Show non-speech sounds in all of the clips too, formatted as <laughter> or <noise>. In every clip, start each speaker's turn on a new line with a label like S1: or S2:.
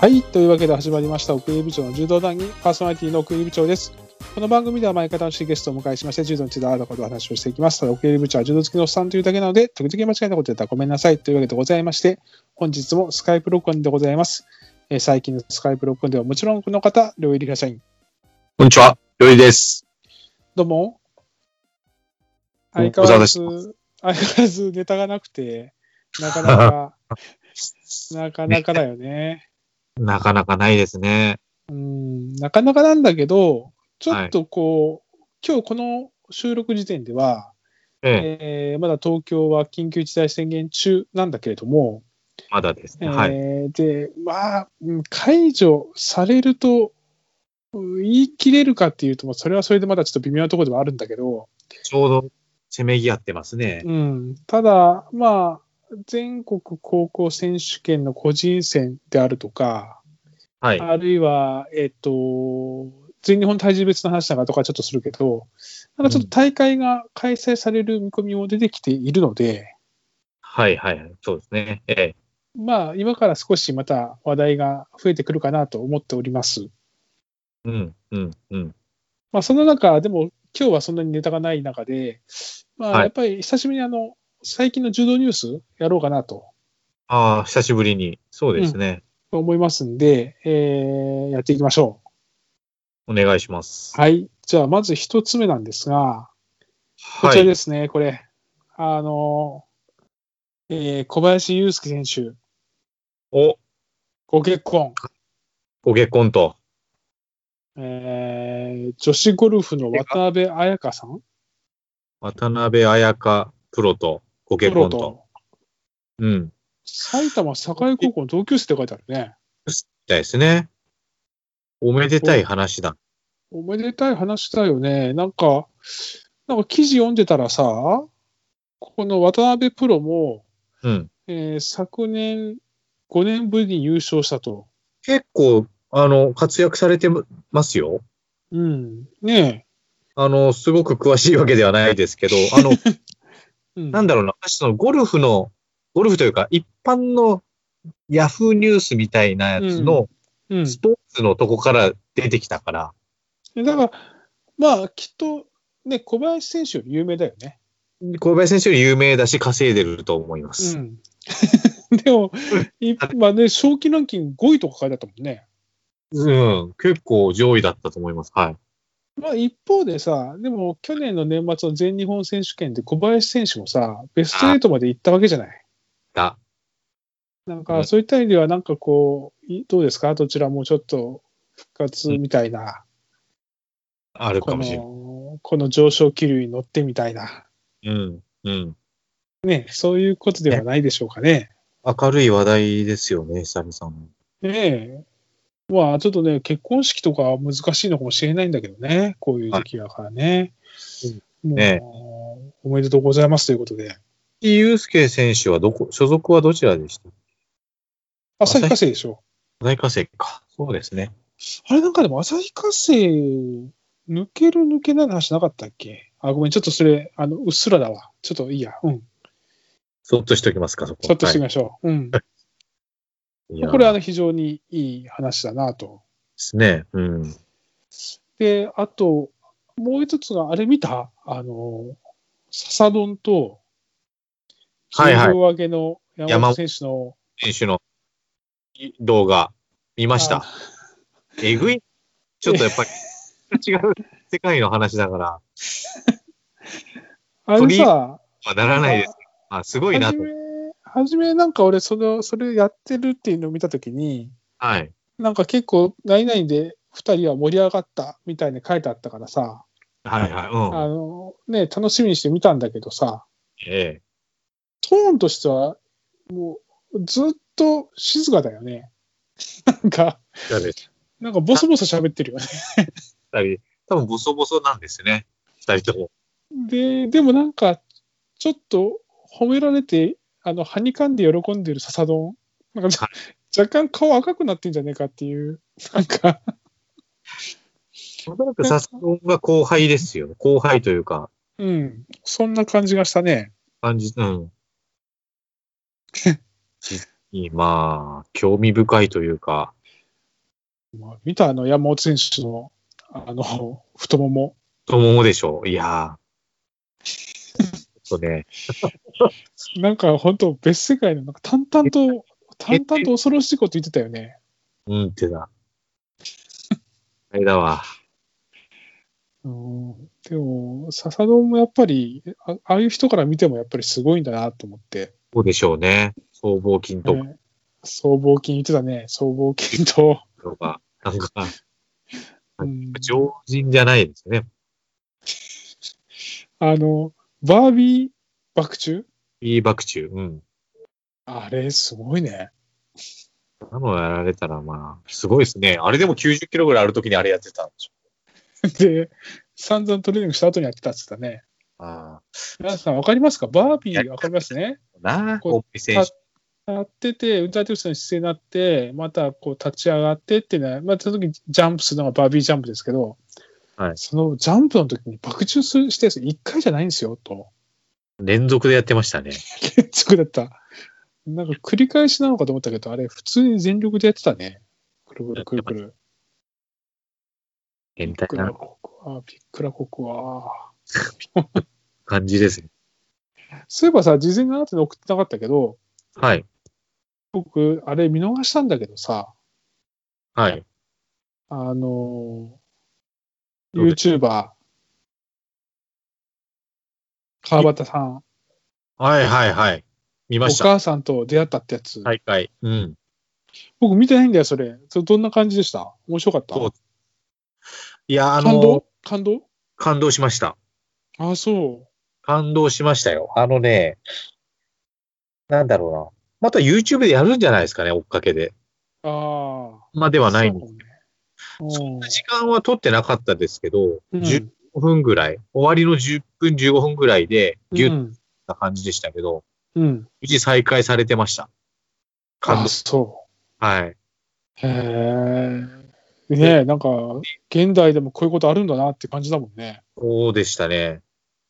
S1: はい。というわけで始まりました、奥井部長の柔道談義、パーソナリティの奥井部長です。この番組では毎回楽しいゲストをお迎えしまして、柔道についてあることを話をしていきます。ただ、奥井部長は柔道好きのおっさんというだけなので、時々間違えたことやったらごめんなさいというわけでございまして、本日もスカイプ録音でございます。えー最近のスカイプ録音ではもちろんこの方、両入りが社員。
S2: こんにちは、よりです。
S1: どうも。
S2: ご
S1: 相変わらず、
S2: ご無
S1: 相変わらずネタがなくて、なかなか、なかなかだよね。
S2: なかなかないですね。
S1: うん、なかなかなんだけど、ちょっとこう、今日この収録時点では、
S2: ええ、
S1: えーまだ東京は緊急事態宣言中なんだけれども、
S2: まだです
S1: え
S2: ね。
S1: ー
S2: はい。
S1: で、まあ、うん解除されると、うん言い切れるかっていうと、まあそれはそれでまだちょっと微妙なところではあるんだけど、
S2: ちょうど、せめぎ合ってますね。
S1: うん、ただ、まあ、全国高校選手権の個人戦であるとか、
S2: はい。
S1: あるいは、えっ、と、全日本体重別の話なんかとかちょっとするけど、なんかちょっと大会が開催される見込みも出てきているので、
S2: はい、はい。そうですね。ええ。
S1: まあ、今から少しまた話題が増えてくるかなと思っております。
S2: うん、うん、うん。
S1: まあ、その中、でも今日はそんなにネタがない中で、ま
S2: は
S1: あ、
S2: い
S1: やっぱり久しぶりにあの、最近の柔道ニュースやろうかなと
S2: ああ、久しぶりに。そうですね。
S1: 思いますんで、えー、やっていきましょ
S2: お願いします。
S1: う。はい。じゃあ、まず一つ目なんですが、こ
S2: は
S1: ちらで
S2: い。
S1: すね、これ。あの、えー小林祐介選手、
S2: お、
S1: ご結婚、
S2: ご結婚と。
S1: えー女子ゴルフの渡辺彩香さん、
S2: 渡辺彩香プロとご
S1: プ
S2: 結
S1: ロ
S2: 婚と。
S1: と、
S2: うん。み
S1: 埼玉栄高校の同級生って書いてあるね。
S2: たいですね。おめでたい話だ。
S1: おめでたい話だよね。なんか、なんか記事読んでたらさ、ここの渡辺プロも、
S2: うん。
S1: えー昨年5年ぶりに優勝したと。
S2: 結構、あの、活躍されてますよ。
S1: うん。ね
S2: あの、すごく詳しいわけではないですけど、あの、
S1: え。うん、
S2: なんだろうな、私そのゴルフの、ゴルフというか、一般のヤフーニュースみたいなやつの
S1: うん
S2: スポーツのとこから出てきたから、
S1: だから、まあ、きっと、ね、小林選手より有名だよね。
S2: 小林選手より有名だし、稼いでると思います。
S1: うん。 <laughs> でも、今ね、賞金ランキング5位とか書いてあったもんね。
S2: うん、結構上位だったと思います。はい。
S1: まあ、一方でさ、でも、去年の年末の全日本選手権で小林選手もさ、ベスト8まで行ったわけじゃない。
S2: だ。
S1: なん
S2: う
S1: か、
S2: ん
S1: そういった意味では、なんかこう、いどうですかどちらもちょっと復活みたいな、
S2: あるか
S1: こ
S2: もしれない。
S1: の、この上昇気流に乗ってみたいな、
S2: うん。うん。
S1: ね、そういうことではないでしょうかね。
S2: 明るい話題ですよね、久々の。
S1: ねえ。まあ、ちょっとね、結婚式とかは難しいのかもしれないんだけどね、こういう時期だからね。もう、
S2: ね
S1: おめでとうございますということで。
S2: 祐介選手はどこ、所属はどちらでした
S1: 旭化成でしょ。
S2: 大化成か。そうですね。
S1: あれなんかでも旭化成を抜ける抜けないの話なかったっけあ、ごめん、ちょっとそれ、あの、うっすらだわ。ちょっといいや。うん。
S2: そっとしておきますか、そこ。
S1: ちょっとしてみましょう。うん。
S2: はいいや
S1: これはあの非常にいい話だなと。
S2: ですね。うん。
S1: で、あと、もう一つが、あれ見たあの、笹丼と、
S2: はいはい
S1: 重量上げの山本選手の、
S2: 選手の動画見ました。えぐい。ちょっとやっぱり違う世界の話だから、
S1: あれさ、
S2: まあ、ならないです。まあ、すごいな
S1: 初
S2: と。
S1: め、初めなんか俺、その、それやってるっていうのを見たときに、
S2: はい。
S1: なんか結構、何々で二人は盛り上がったみたいに書いてあったからさ、
S2: はいは
S1: あの、ね、楽しみにして見たんだけどさ、
S2: い。うん。ええ。
S1: トーンとしては、もう、ずっと静かだよね。なんか、
S2: そうです。
S1: なんかボソボソ喋ってるよね。
S2: 二人、多分ボソボソなんですね。二人とも。
S1: で、でもなんか、ちょっと褒められて、あの、はにかんで喜んでる笹丼。なんかじゃ
S2: は、
S1: 若干顔赤くなってんじゃねえかっていう、なんか、
S2: おそらく笹生が後輩ですよ。後輩というか、
S1: うん、そんな感じがしたね。
S2: 感じ、うん。まあ、興味深いというか、
S1: まあ、見たあの山本選手のあの太もも、
S2: 太ももでしょいや
S1: <laughs>
S2: ー。ちょっとね、
S1: なんか本当、別世界の、なんか淡々と、淡々と恐ろしいこと言ってたよね。
S2: うんってな。あれだわ。
S1: うん、でも、笹戸もやっぱりあ、ああいう人から見てもやっぱりすごいんだなと思って、
S2: そうでしょうね。僧帽筋と
S1: ね僧帽筋言ってたね、僧帽筋 <laughs> と、
S2: か、なんか、
S1: うん
S2: 常人じゃないですよね。
S1: あの、バービー爆中
S2: いい爆中。うん。
S1: あれ、すごいね。 <laughs>
S2: あのやられたらまあ、すごいですね。あれでも90キロぐらいあるときにあれやってたんでしょ。
S1: で、散々トレーニングした後にやってたって言ってたね。
S2: あ
S1: 皆さん、わかりますかバービー、わかりますね。
S2: あ。なあ、
S1: こう
S2: 大森選手。
S1: 立ってて、ウンターティスの姿勢になって、またこう立ち上がってっていうのは、まあ、その時ジャンプするのがバービージャンプですけど、
S2: はい
S1: そのジャンプの時に爆中するしてるんですよ一回じゃないんですよ、と。
S2: 連続でやってましたね。
S1: 連続だった。なんか繰り返しなのかと思ったけど、あれ、普通に全力でやってたね。くるくるくるくる。
S2: 変
S1: びっ
S2: 態
S1: くら
S2: な
S1: ここは、びっくらここは。
S2: 感じですね。
S1: そういえばさ、事前にあなたに送ってなかったけど、
S2: はい。
S1: 僕、あれ見逃したんだけどさ、
S2: はい。
S1: あのー、
S2: どうで
S1: YouTuber、川端さん、
S2: はいはいはい。見
S1: お
S2: ました。
S1: 母さんと出会ったってやつ。
S2: 大会。うん。
S1: 僕見てないんだよ、それ。それどんな感じでした面白かった
S2: そういや、あ
S1: 感
S2: の
S1: 動、感動
S2: 感動しました。
S1: ああ、そ
S2: 感動しましたよ。あのね、なんだろうな。また YouTube でやるんじゃないですかね、追っかけで。
S1: う。ああ。
S2: まあではないんで
S1: そう
S2: す。そ
S1: かも
S2: ん
S1: ね
S2: な時間は取ってなかったですけど、
S1: うん
S2: 15分ぐらい、終わりの10分、15分ぐらいで、ギ
S1: う
S2: ュッ
S1: ん
S2: な感じでしたけど、
S1: うん。
S2: 無事再開されてました。感
S1: あ
S2: 動。
S1: そ
S2: はい。
S1: う。へえ。ねえ、なんか、現代でもこういうことあるんだなって感じだもんね。
S2: そうでしたね。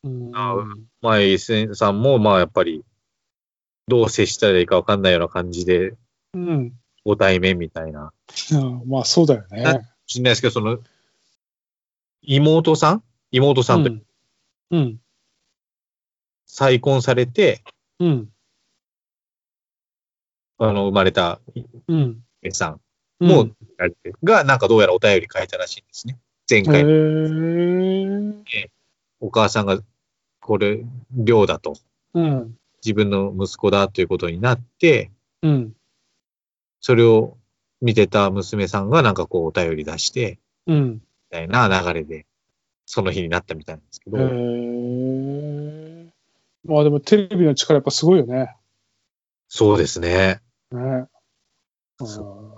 S1: うん。
S2: あまあ、伊勢さんも、まあ、やっぱり、どう接したらいいかわかんないような感じで、
S1: うん。
S2: ご対面みたいな。
S1: うんまあ、そうだよね。
S2: 知んないですけど、その、妹さん妹さんと
S1: うん。うん。
S2: 再婚されて、
S1: うん。
S2: あの、生まれた
S1: うん。
S2: えさん
S1: うん
S2: もう、が、なんかどうやらお便り書いたらしいんですね。前
S1: へ
S2: 回、
S1: ー
S2: お母さんが、これ、寮だと。
S1: うん。
S2: 自分の息子だということになって、
S1: うん。
S2: それを見てた娘さんがなんかこうお便り出して、
S1: うん。
S2: みたいな流れで、その日になったみたいなんですけ
S1: へ
S2: ど、
S1: ーまあでもテレビの力やっぱすごいよね。
S2: そうですね。
S1: ね。
S2: そ
S1: うん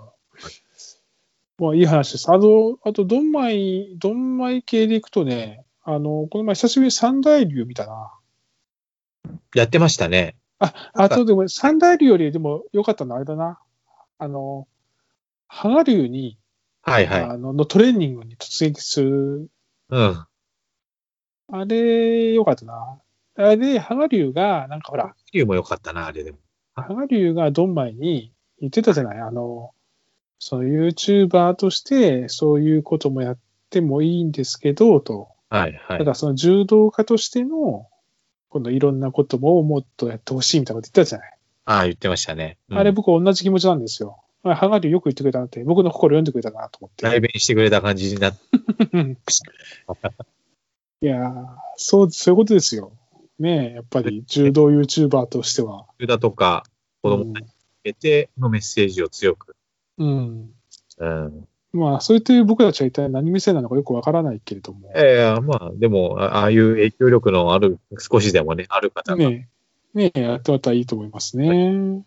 S1: まあいい話です。あと、あと、ドンマイ、ドンマイ系でいくとね、あの、この前久しぶりに三大流見たな。
S2: やってましたね。
S1: あ、あとでも三大流よりでも良かったのはあれだな。あの、羽賀流に、
S2: はいはい。
S1: あの、のトレーニングに突撃する
S2: うん。
S1: あれ、よかったな。あれで、羽賀龍が、なんかほら、
S2: リュウも良かったな、あれでも。
S1: 羽賀龍がドンマイに言ってたじゃないあの、その YouTuber として、そういうこともやってもいいんですけど、と。
S2: はい
S1: だ
S2: は
S1: か
S2: い。
S1: らその柔道家としての、このいろんなことももっとやってほしいみたいなこと言ってたじゃない、
S2: ああ、言ってましたね。うん
S1: あれ僕同じ気持ちなんですよ。羽賀龍よく言ってくれたなって、僕の心読んでくれたなと思って。
S2: 代弁してくれた感じになって、
S1: いやーそう、そういうことですよ。ねえ、やっぱり柔道 YouTuber としては。
S2: だとか、子供に向けてのメッセージを強く。
S1: うん。
S2: うん。
S1: まあ、それという僕たちは一体何目線なのかよくわからないけれども。
S2: いやいや、まあ、でも、あああいう影響力のある、少しでもね、ある方が。
S1: ねえ、ねえ、やってもらったらいいと思いますね。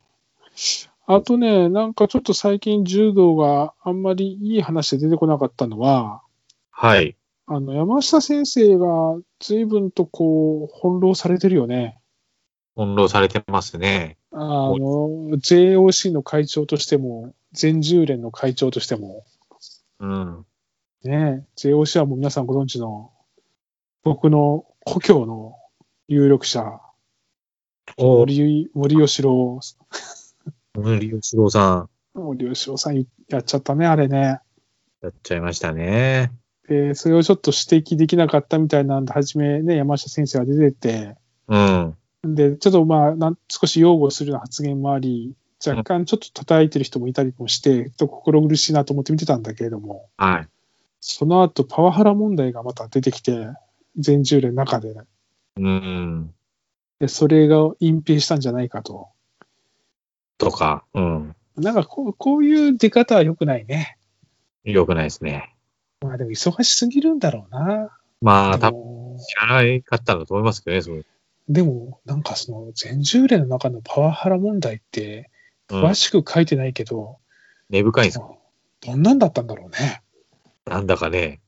S1: あとね、なんかちょっと最近柔道があんまりいい話で出てこなかったのは、
S2: はい。
S1: あの、山下先生が随分とこう、翻弄されてるよね。
S2: 翻弄されてますね。
S1: あの、JOC の会長としても、全柔連の会長としても、
S2: うん。
S1: ねえ、JOC はもう皆さんご存知の、僕の故郷の有力者、
S2: お
S1: 森森喜朗、
S2: 森吉郎さん。
S1: 森喜朗さんやっちゃったね、あれね。
S2: やっちゃいましたね。
S1: で、それをちょっと指摘できなかったみたいなんで、はじめね、山下先生が出てて、
S2: うん。
S1: で、ちょっとまあ、なん少し擁護するような発言もあり、若干ちょっと叩いてる人もいたりもして、ちょっと心苦しいなと思って見てたんだけれども、
S2: はい。
S1: その後パワハラ問題がまた出てきて、全従連の中で、
S2: うん。
S1: でそれが隠蔽したんじゃないかと。
S2: とか、うん。
S1: なんかこうこういう出方は良くないね。
S2: 良くないですね。
S1: まあでも忙しすぎるんだろうな。
S2: まあ、
S1: で
S2: 多分
S1: も
S2: 知らないかったんだと思いますけどね、そういう。
S1: でも、なんかその全従連の中のパワハラ問題って、
S2: うん
S1: 詳しく書いてないけど、
S2: 根深いんですか
S1: どんなんだったんだろうね。
S2: なんだかね。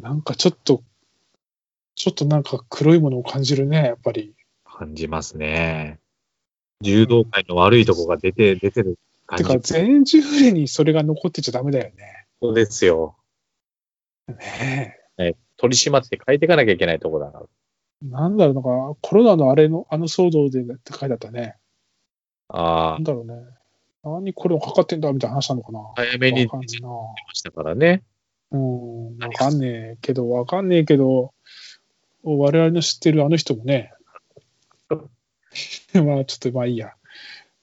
S1: なんかちょっと、ちょっとなんか黒いものを感じるね、やっぱり。
S2: 感じますね。柔道界の悪いとこが出て、出てる
S1: て
S2: 感
S1: か、
S2: じ。
S1: 全従連にそれが残ってちゃダメだよね。
S2: そうですよ。
S1: ね
S2: 取り締まって変えていかなきゃいけないとこだな。
S1: え。なんだろうなんか、コロナのあれの、あの騒動でって書いてあったね。
S2: ああ
S1: なん、だろうね。何コロナかかってんだみたいな話なのかな。わ
S2: 早めに出
S1: かんね
S2: ち
S1: え
S2: ゃい
S1: な。
S2: ましたからね。
S1: うん、わかんねえけど、わかんねえけど、我々の知ってるあの人もね、 <laughs> まあちょっとまあいいや。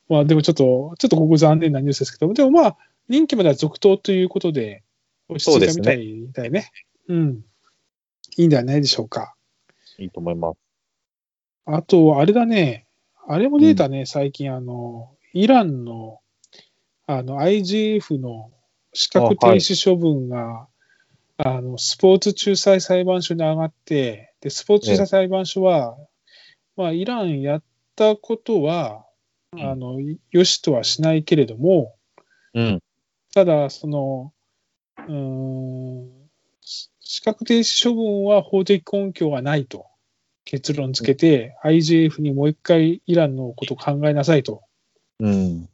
S1: まあでもちょっと、ちょっとここ残念なニュースですけど、でもまあ、任期までは続投ということで、落ち着いたみたいだよね。うん。いいんではないでしょうか。
S2: いいと思います。
S1: あと、あれだね、あれも出たね、最近、あの、イランの、あの、IGF の資格停
S2: あはい
S1: 止処分が、あ,、の、スポーツ仲裁裁判所に上がって、で、スポーツ仲裁裁判所は、まあ、イランやったことは、
S2: ん
S1: あの、よしとはしないけれども、
S2: うん。
S1: ただ、その、うーん、し資格停止処分は法的根拠がないと結論付けて、IGF にもう一回イランのことを考えなさいと。
S2: うん。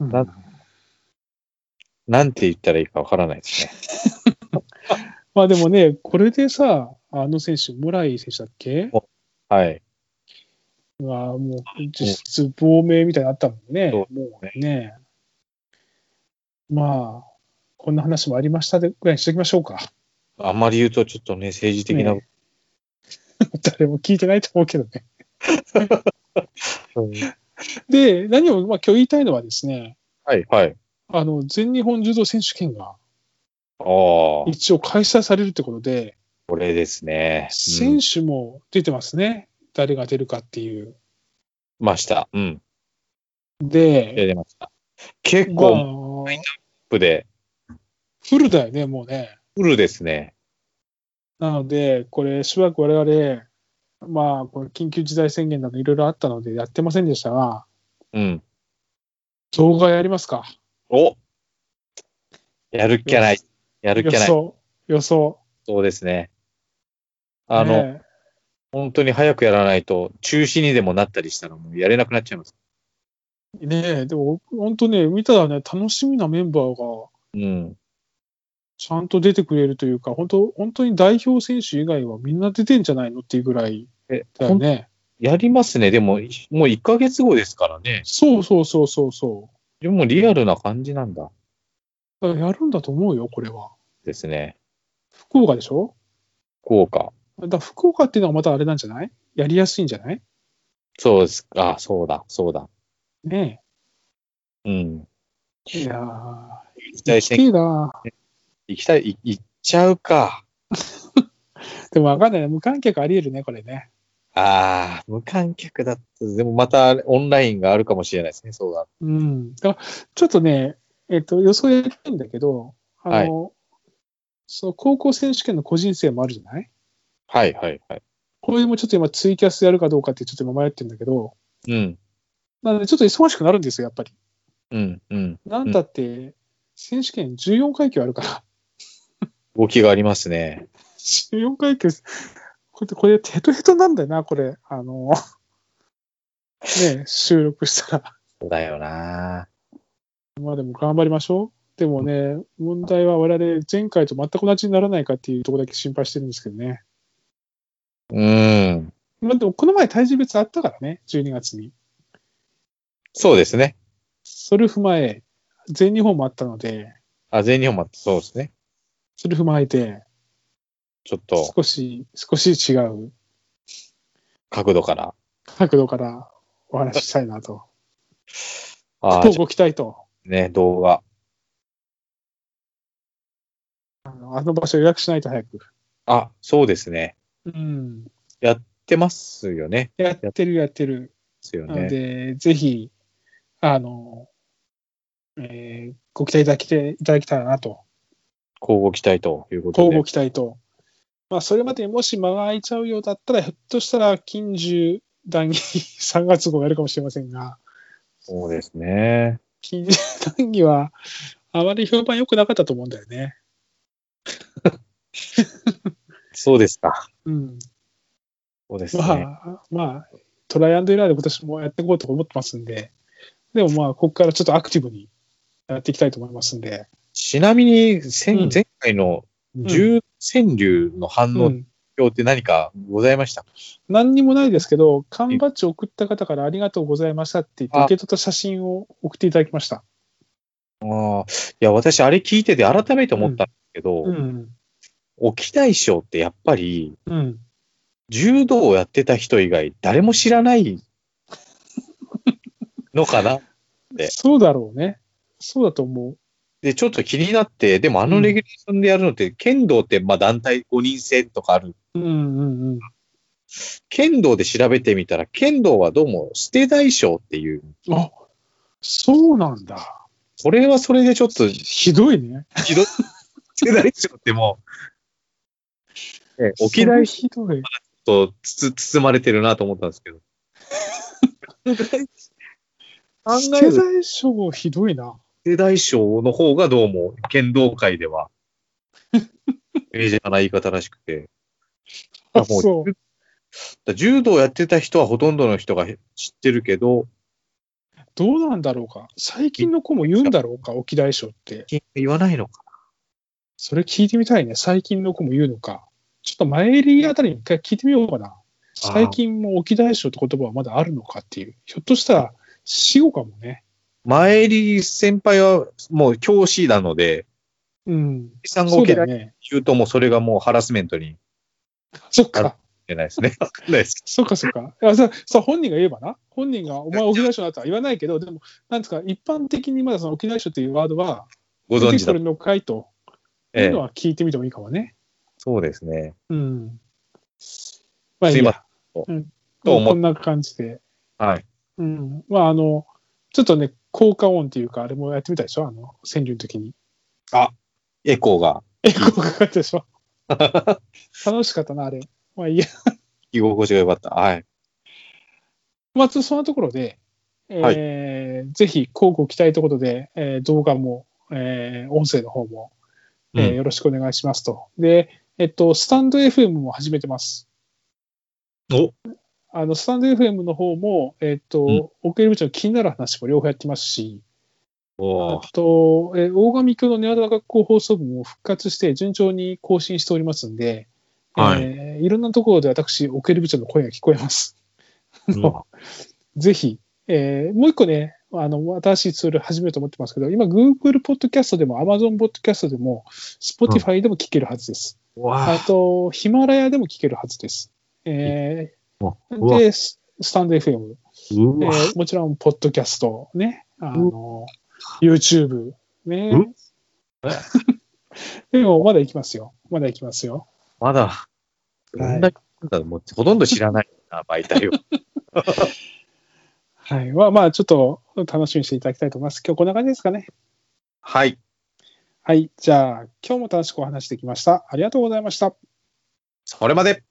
S1: うん
S2: だなんて言ったらいいかわからないですね。
S1: まあでもね、これでさ、あの選手、モライ選手だっけ
S2: はい。
S1: はもう実質亡命みたいになったもんね。
S2: そ
S1: もうね。まあ、こんな話もありましたでぐらいにしておきましょうか。
S2: あんまり言うとちょっとね、政治的な、
S1: ね誰も聞いてないと思うけどね。
S2: うん
S1: で、何を、まあ、今日言いたいのはですね、
S2: はい、はい。
S1: あの、全日本柔道選手権が
S2: ああ、こ
S1: 一応開催されるってことで、
S2: れですね。
S1: 選手
S2: 手、
S1: も出てますね。誰が出るかっていう。
S2: ました。うん。
S1: で、
S2: 出てました。結
S1: ま
S2: 構、アッ
S1: あ、
S2: プで、
S1: フルだよね、もうね。
S2: フルですね。
S1: なので、これ、しばらく我々、まあ、この緊急事態宣言などいろいろあったのでやってませんでしたが、
S2: うん。
S1: 動画やりますか。
S2: おやるっきゃない。やるっ
S1: 予
S2: きゃない。
S1: 想。予想。
S2: そうですね。あの、
S1: ね
S2: 本当に早くやらないと、中止にでもなったりしたらもうやれなくなっちゃいます。
S1: ねえ、でも、本当ね、見たらね、楽しみなメンバーが、
S2: うん。
S1: ちゃんと出てくれるというか、本当本当に代表選手以外はみんな出てんじゃないのっていうぐらい
S2: え、
S1: だよね。
S2: やりますね。でも、いもう1ヶ月後ですからね。
S1: そうそうそうそうそ
S2: でもリアルな感じなんだ。
S1: う。だからやるんだと思うよ、これは。
S2: ですね。
S1: 福岡でしょ
S2: 福岡。
S1: だから福岡っていうのはまたあれなんじゃないやりやすいんじゃない
S2: そうです。あ、そうだ、そうだ。
S1: ね
S2: うん。
S1: え。いやー、
S2: 行きたい
S1: 行きて
S2: 選
S1: えな。
S2: 行きたい、い行っちゃうか。
S1: でもわかんないね。無観客あり得るね、これね。
S2: ああ、無観客だった。でもまたオンラインがあるかもしれないですね。そうだ。
S1: うん。だからちょっとね、えっ、と、予想やりたいんだけど、あの、その高校選手権の個人戦もあるじゃない
S2: はい、はい、はい。
S1: これもちょっと今ツイキャスやるかどうかってちょっと今迷ってるんだけど、
S2: うん、
S1: なので、ちょっと忙しくなるんですよ、やっぱり。
S2: うん、うん。
S1: なんだって、選手権14階級あるから、 <laughs>
S2: 動きがありますね。
S1: 14階級、これ、これ、ヘトヘトなんだよな、これ。あの、ね、収録したら。
S2: そうだよな。
S1: まあでも頑張りましょう。でもね、問題は我々、前回と全く同じにならないかっていうところだけ心配してるんですけどね。
S2: うん。
S1: まあでも、この前体重別あったからね、12月に。
S2: そうですね。
S1: それを踏まえ、全日本もあったので、
S2: あ、全日本もそうですね。
S1: それ踏まえて、
S2: ちょっと
S1: 少し、少し違う
S2: 角度から。
S1: 角度からお話ししたいな <laughs> と。
S2: あ
S1: と
S2: あ、
S1: ご期待と。
S2: ね、動画。
S1: あのあの場所予約しないと早く。
S2: あ、そうですね。
S1: うん。
S2: 出ますよね。
S1: やってるやってる。
S2: ですよ
S1: なの
S2: ね。
S1: で、ぜひ、あの、えーご期待いただきていただけたらなと。
S2: 交互期待ということ
S1: 交
S2: で
S1: 互。期待と。まあ、それまでにもし間が空いちゃうようだったら、ひょっとしたら近中 <laughs> 談義3月号やるかもしれませんが、
S2: そうですね。
S1: 近中談義はあまり評判良くなかったと思うんだよね。
S2: そうですか。
S1: うん。
S2: そうですね。
S1: まあ、まあ、トライアンドエラーで今年もやっていこうと思ってますんで、でもまあ、ここからちょっとアクティブにやっていきたいと思いますんで。
S2: ちなみに、先
S1: うん
S2: 前回の
S1: うん
S2: 十川柳の反
S1: う
S2: 応
S1: ん
S2: 表って何かございましたか、
S1: 何にもないですけど、缶バッジを送った方からありがとうございましたって言って、
S2: あ
S1: 受け取った写真を送っていただきました。
S2: ああ、いや、私、あれ聞いてて改めて思ったんですけど、
S1: うん。
S2: 沖大将ってやっぱり、
S1: うん。
S2: 柔道をやってた人以外、誰も知ら <laughs> ないのかなで
S1: そうだろうね。そうだと思う。
S2: で、ちょっと気になって、でもあのレギュレーションでやるのって、剣道ってまあ団体5人制とかある。
S1: うんうんうん。
S2: 剣道で調べてみたら、剣道はどうも捨て大将っていう、
S1: あそうなんだ。
S2: それはそれでちょっと
S1: ひどいね。
S2: ひどい、
S3: 世代長っても
S2: ええ沖大将
S1: それひどい。
S2: とつつ包まれてるなと思ったんですけど。考
S1: 経
S2: える
S1: 済省ひどいな。
S2: 世代賞の方がどうも、剣道界では、メジャーな言い方らしくて。
S1: あ、
S2: もう
S1: そう。
S2: だ柔道やってた人はほとんどの人が知ってるけど、
S1: どうなんだろうか。最近の子も言うんだろうか、沖大将って。
S2: 言わないのか。
S1: それ聞いてみたいね。最近の子も言うのか。ちょっと前入りあたりに一回聞いてみようかな。最近も沖大将って言葉はまだあるのかっていう。ひょっとしたら死後かもね。
S2: 前入り先輩はもう教師なので、
S1: うん。
S2: さんが
S1: そう
S2: 受
S1: だ
S2: け
S1: よ
S2: られ
S1: ね。
S2: 言うともうそれがもうハラスメントに
S1: そっ
S2: あ
S1: か。
S2: 出な
S1: <laughs>
S2: いですね。わかんないですけ
S1: そっかそっか。いやささ本人が言えばな。本人が、お前沖大将だとは言わないけど、でも、なんですか、一般的にまだその沖大将っていうワードは、
S2: どご
S1: 出
S2: 存
S1: て
S2: 知だ
S1: く。るのかいという
S2: ええ
S1: のは聞いてみてもいいかもね。
S2: そうですね。
S1: うん。まあいいや
S2: すいま
S1: うん
S2: と思っ
S1: こんな感じで。
S2: はい。
S1: うん。まああの、ちょっとね、効果音っていうか、あれもやってみたでしょあの、川柳の時
S2: <laughs>
S1: に。
S2: エコーが
S1: え、効果かかったでし
S2: <laughs>
S1: ょ楽しかったな、あれ。まあいいや。
S2: 聞き心地が良かった。はい。
S1: まあ、つそんなところで、えーぜひ、広告期待ということで、えー動画も、えー音声の方も、えー
S2: うん
S1: よろしくお願いしますと。で、えっと、スタンド FM も始めてます。
S3: お
S1: あの、スタンド FM の方も、えっと、奥入部長の気になる話も両方やってますし、あ
S3: おー
S1: と、えー大神教の寝技学校放送部も復活して、順調に更新しておりますんで、
S3: はい
S1: えーいろんなところで私、奥入部長の声が聞こえます。ぜひ、えーもう一個ね、あの、新しいツール始めようと思ってますけど、今、Google ポッドキャストでも Amazon ポッドキャストでも、Spotify でも聞けるはずです。
S3: うわ
S1: あと、ヒマラヤでも聞けるはずです。え
S3: う
S1: ー
S3: わ
S1: で、ススタンド FM、
S3: う
S1: え
S3: わ
S1: ーもちろん、ポッドキャスト、ね、あの、YouTube、ね
S3: う。
S1: <laughs> でも、まだ行きますよ。まだ行きますよ。
S2: まだ、
S1: はい
S2: どんだけなんだろうもうほとんど知らないな、
S1: <laughs>
S2: 媒体を。
S1: はい。まあまあ、ちょっと楽しみにしていただきたいと思います。今日こんな感じですかね。
S2: はい。
S1: はい。じゃあ、今日も楽しくお話しできました。ありがとうございました。
S2: それまで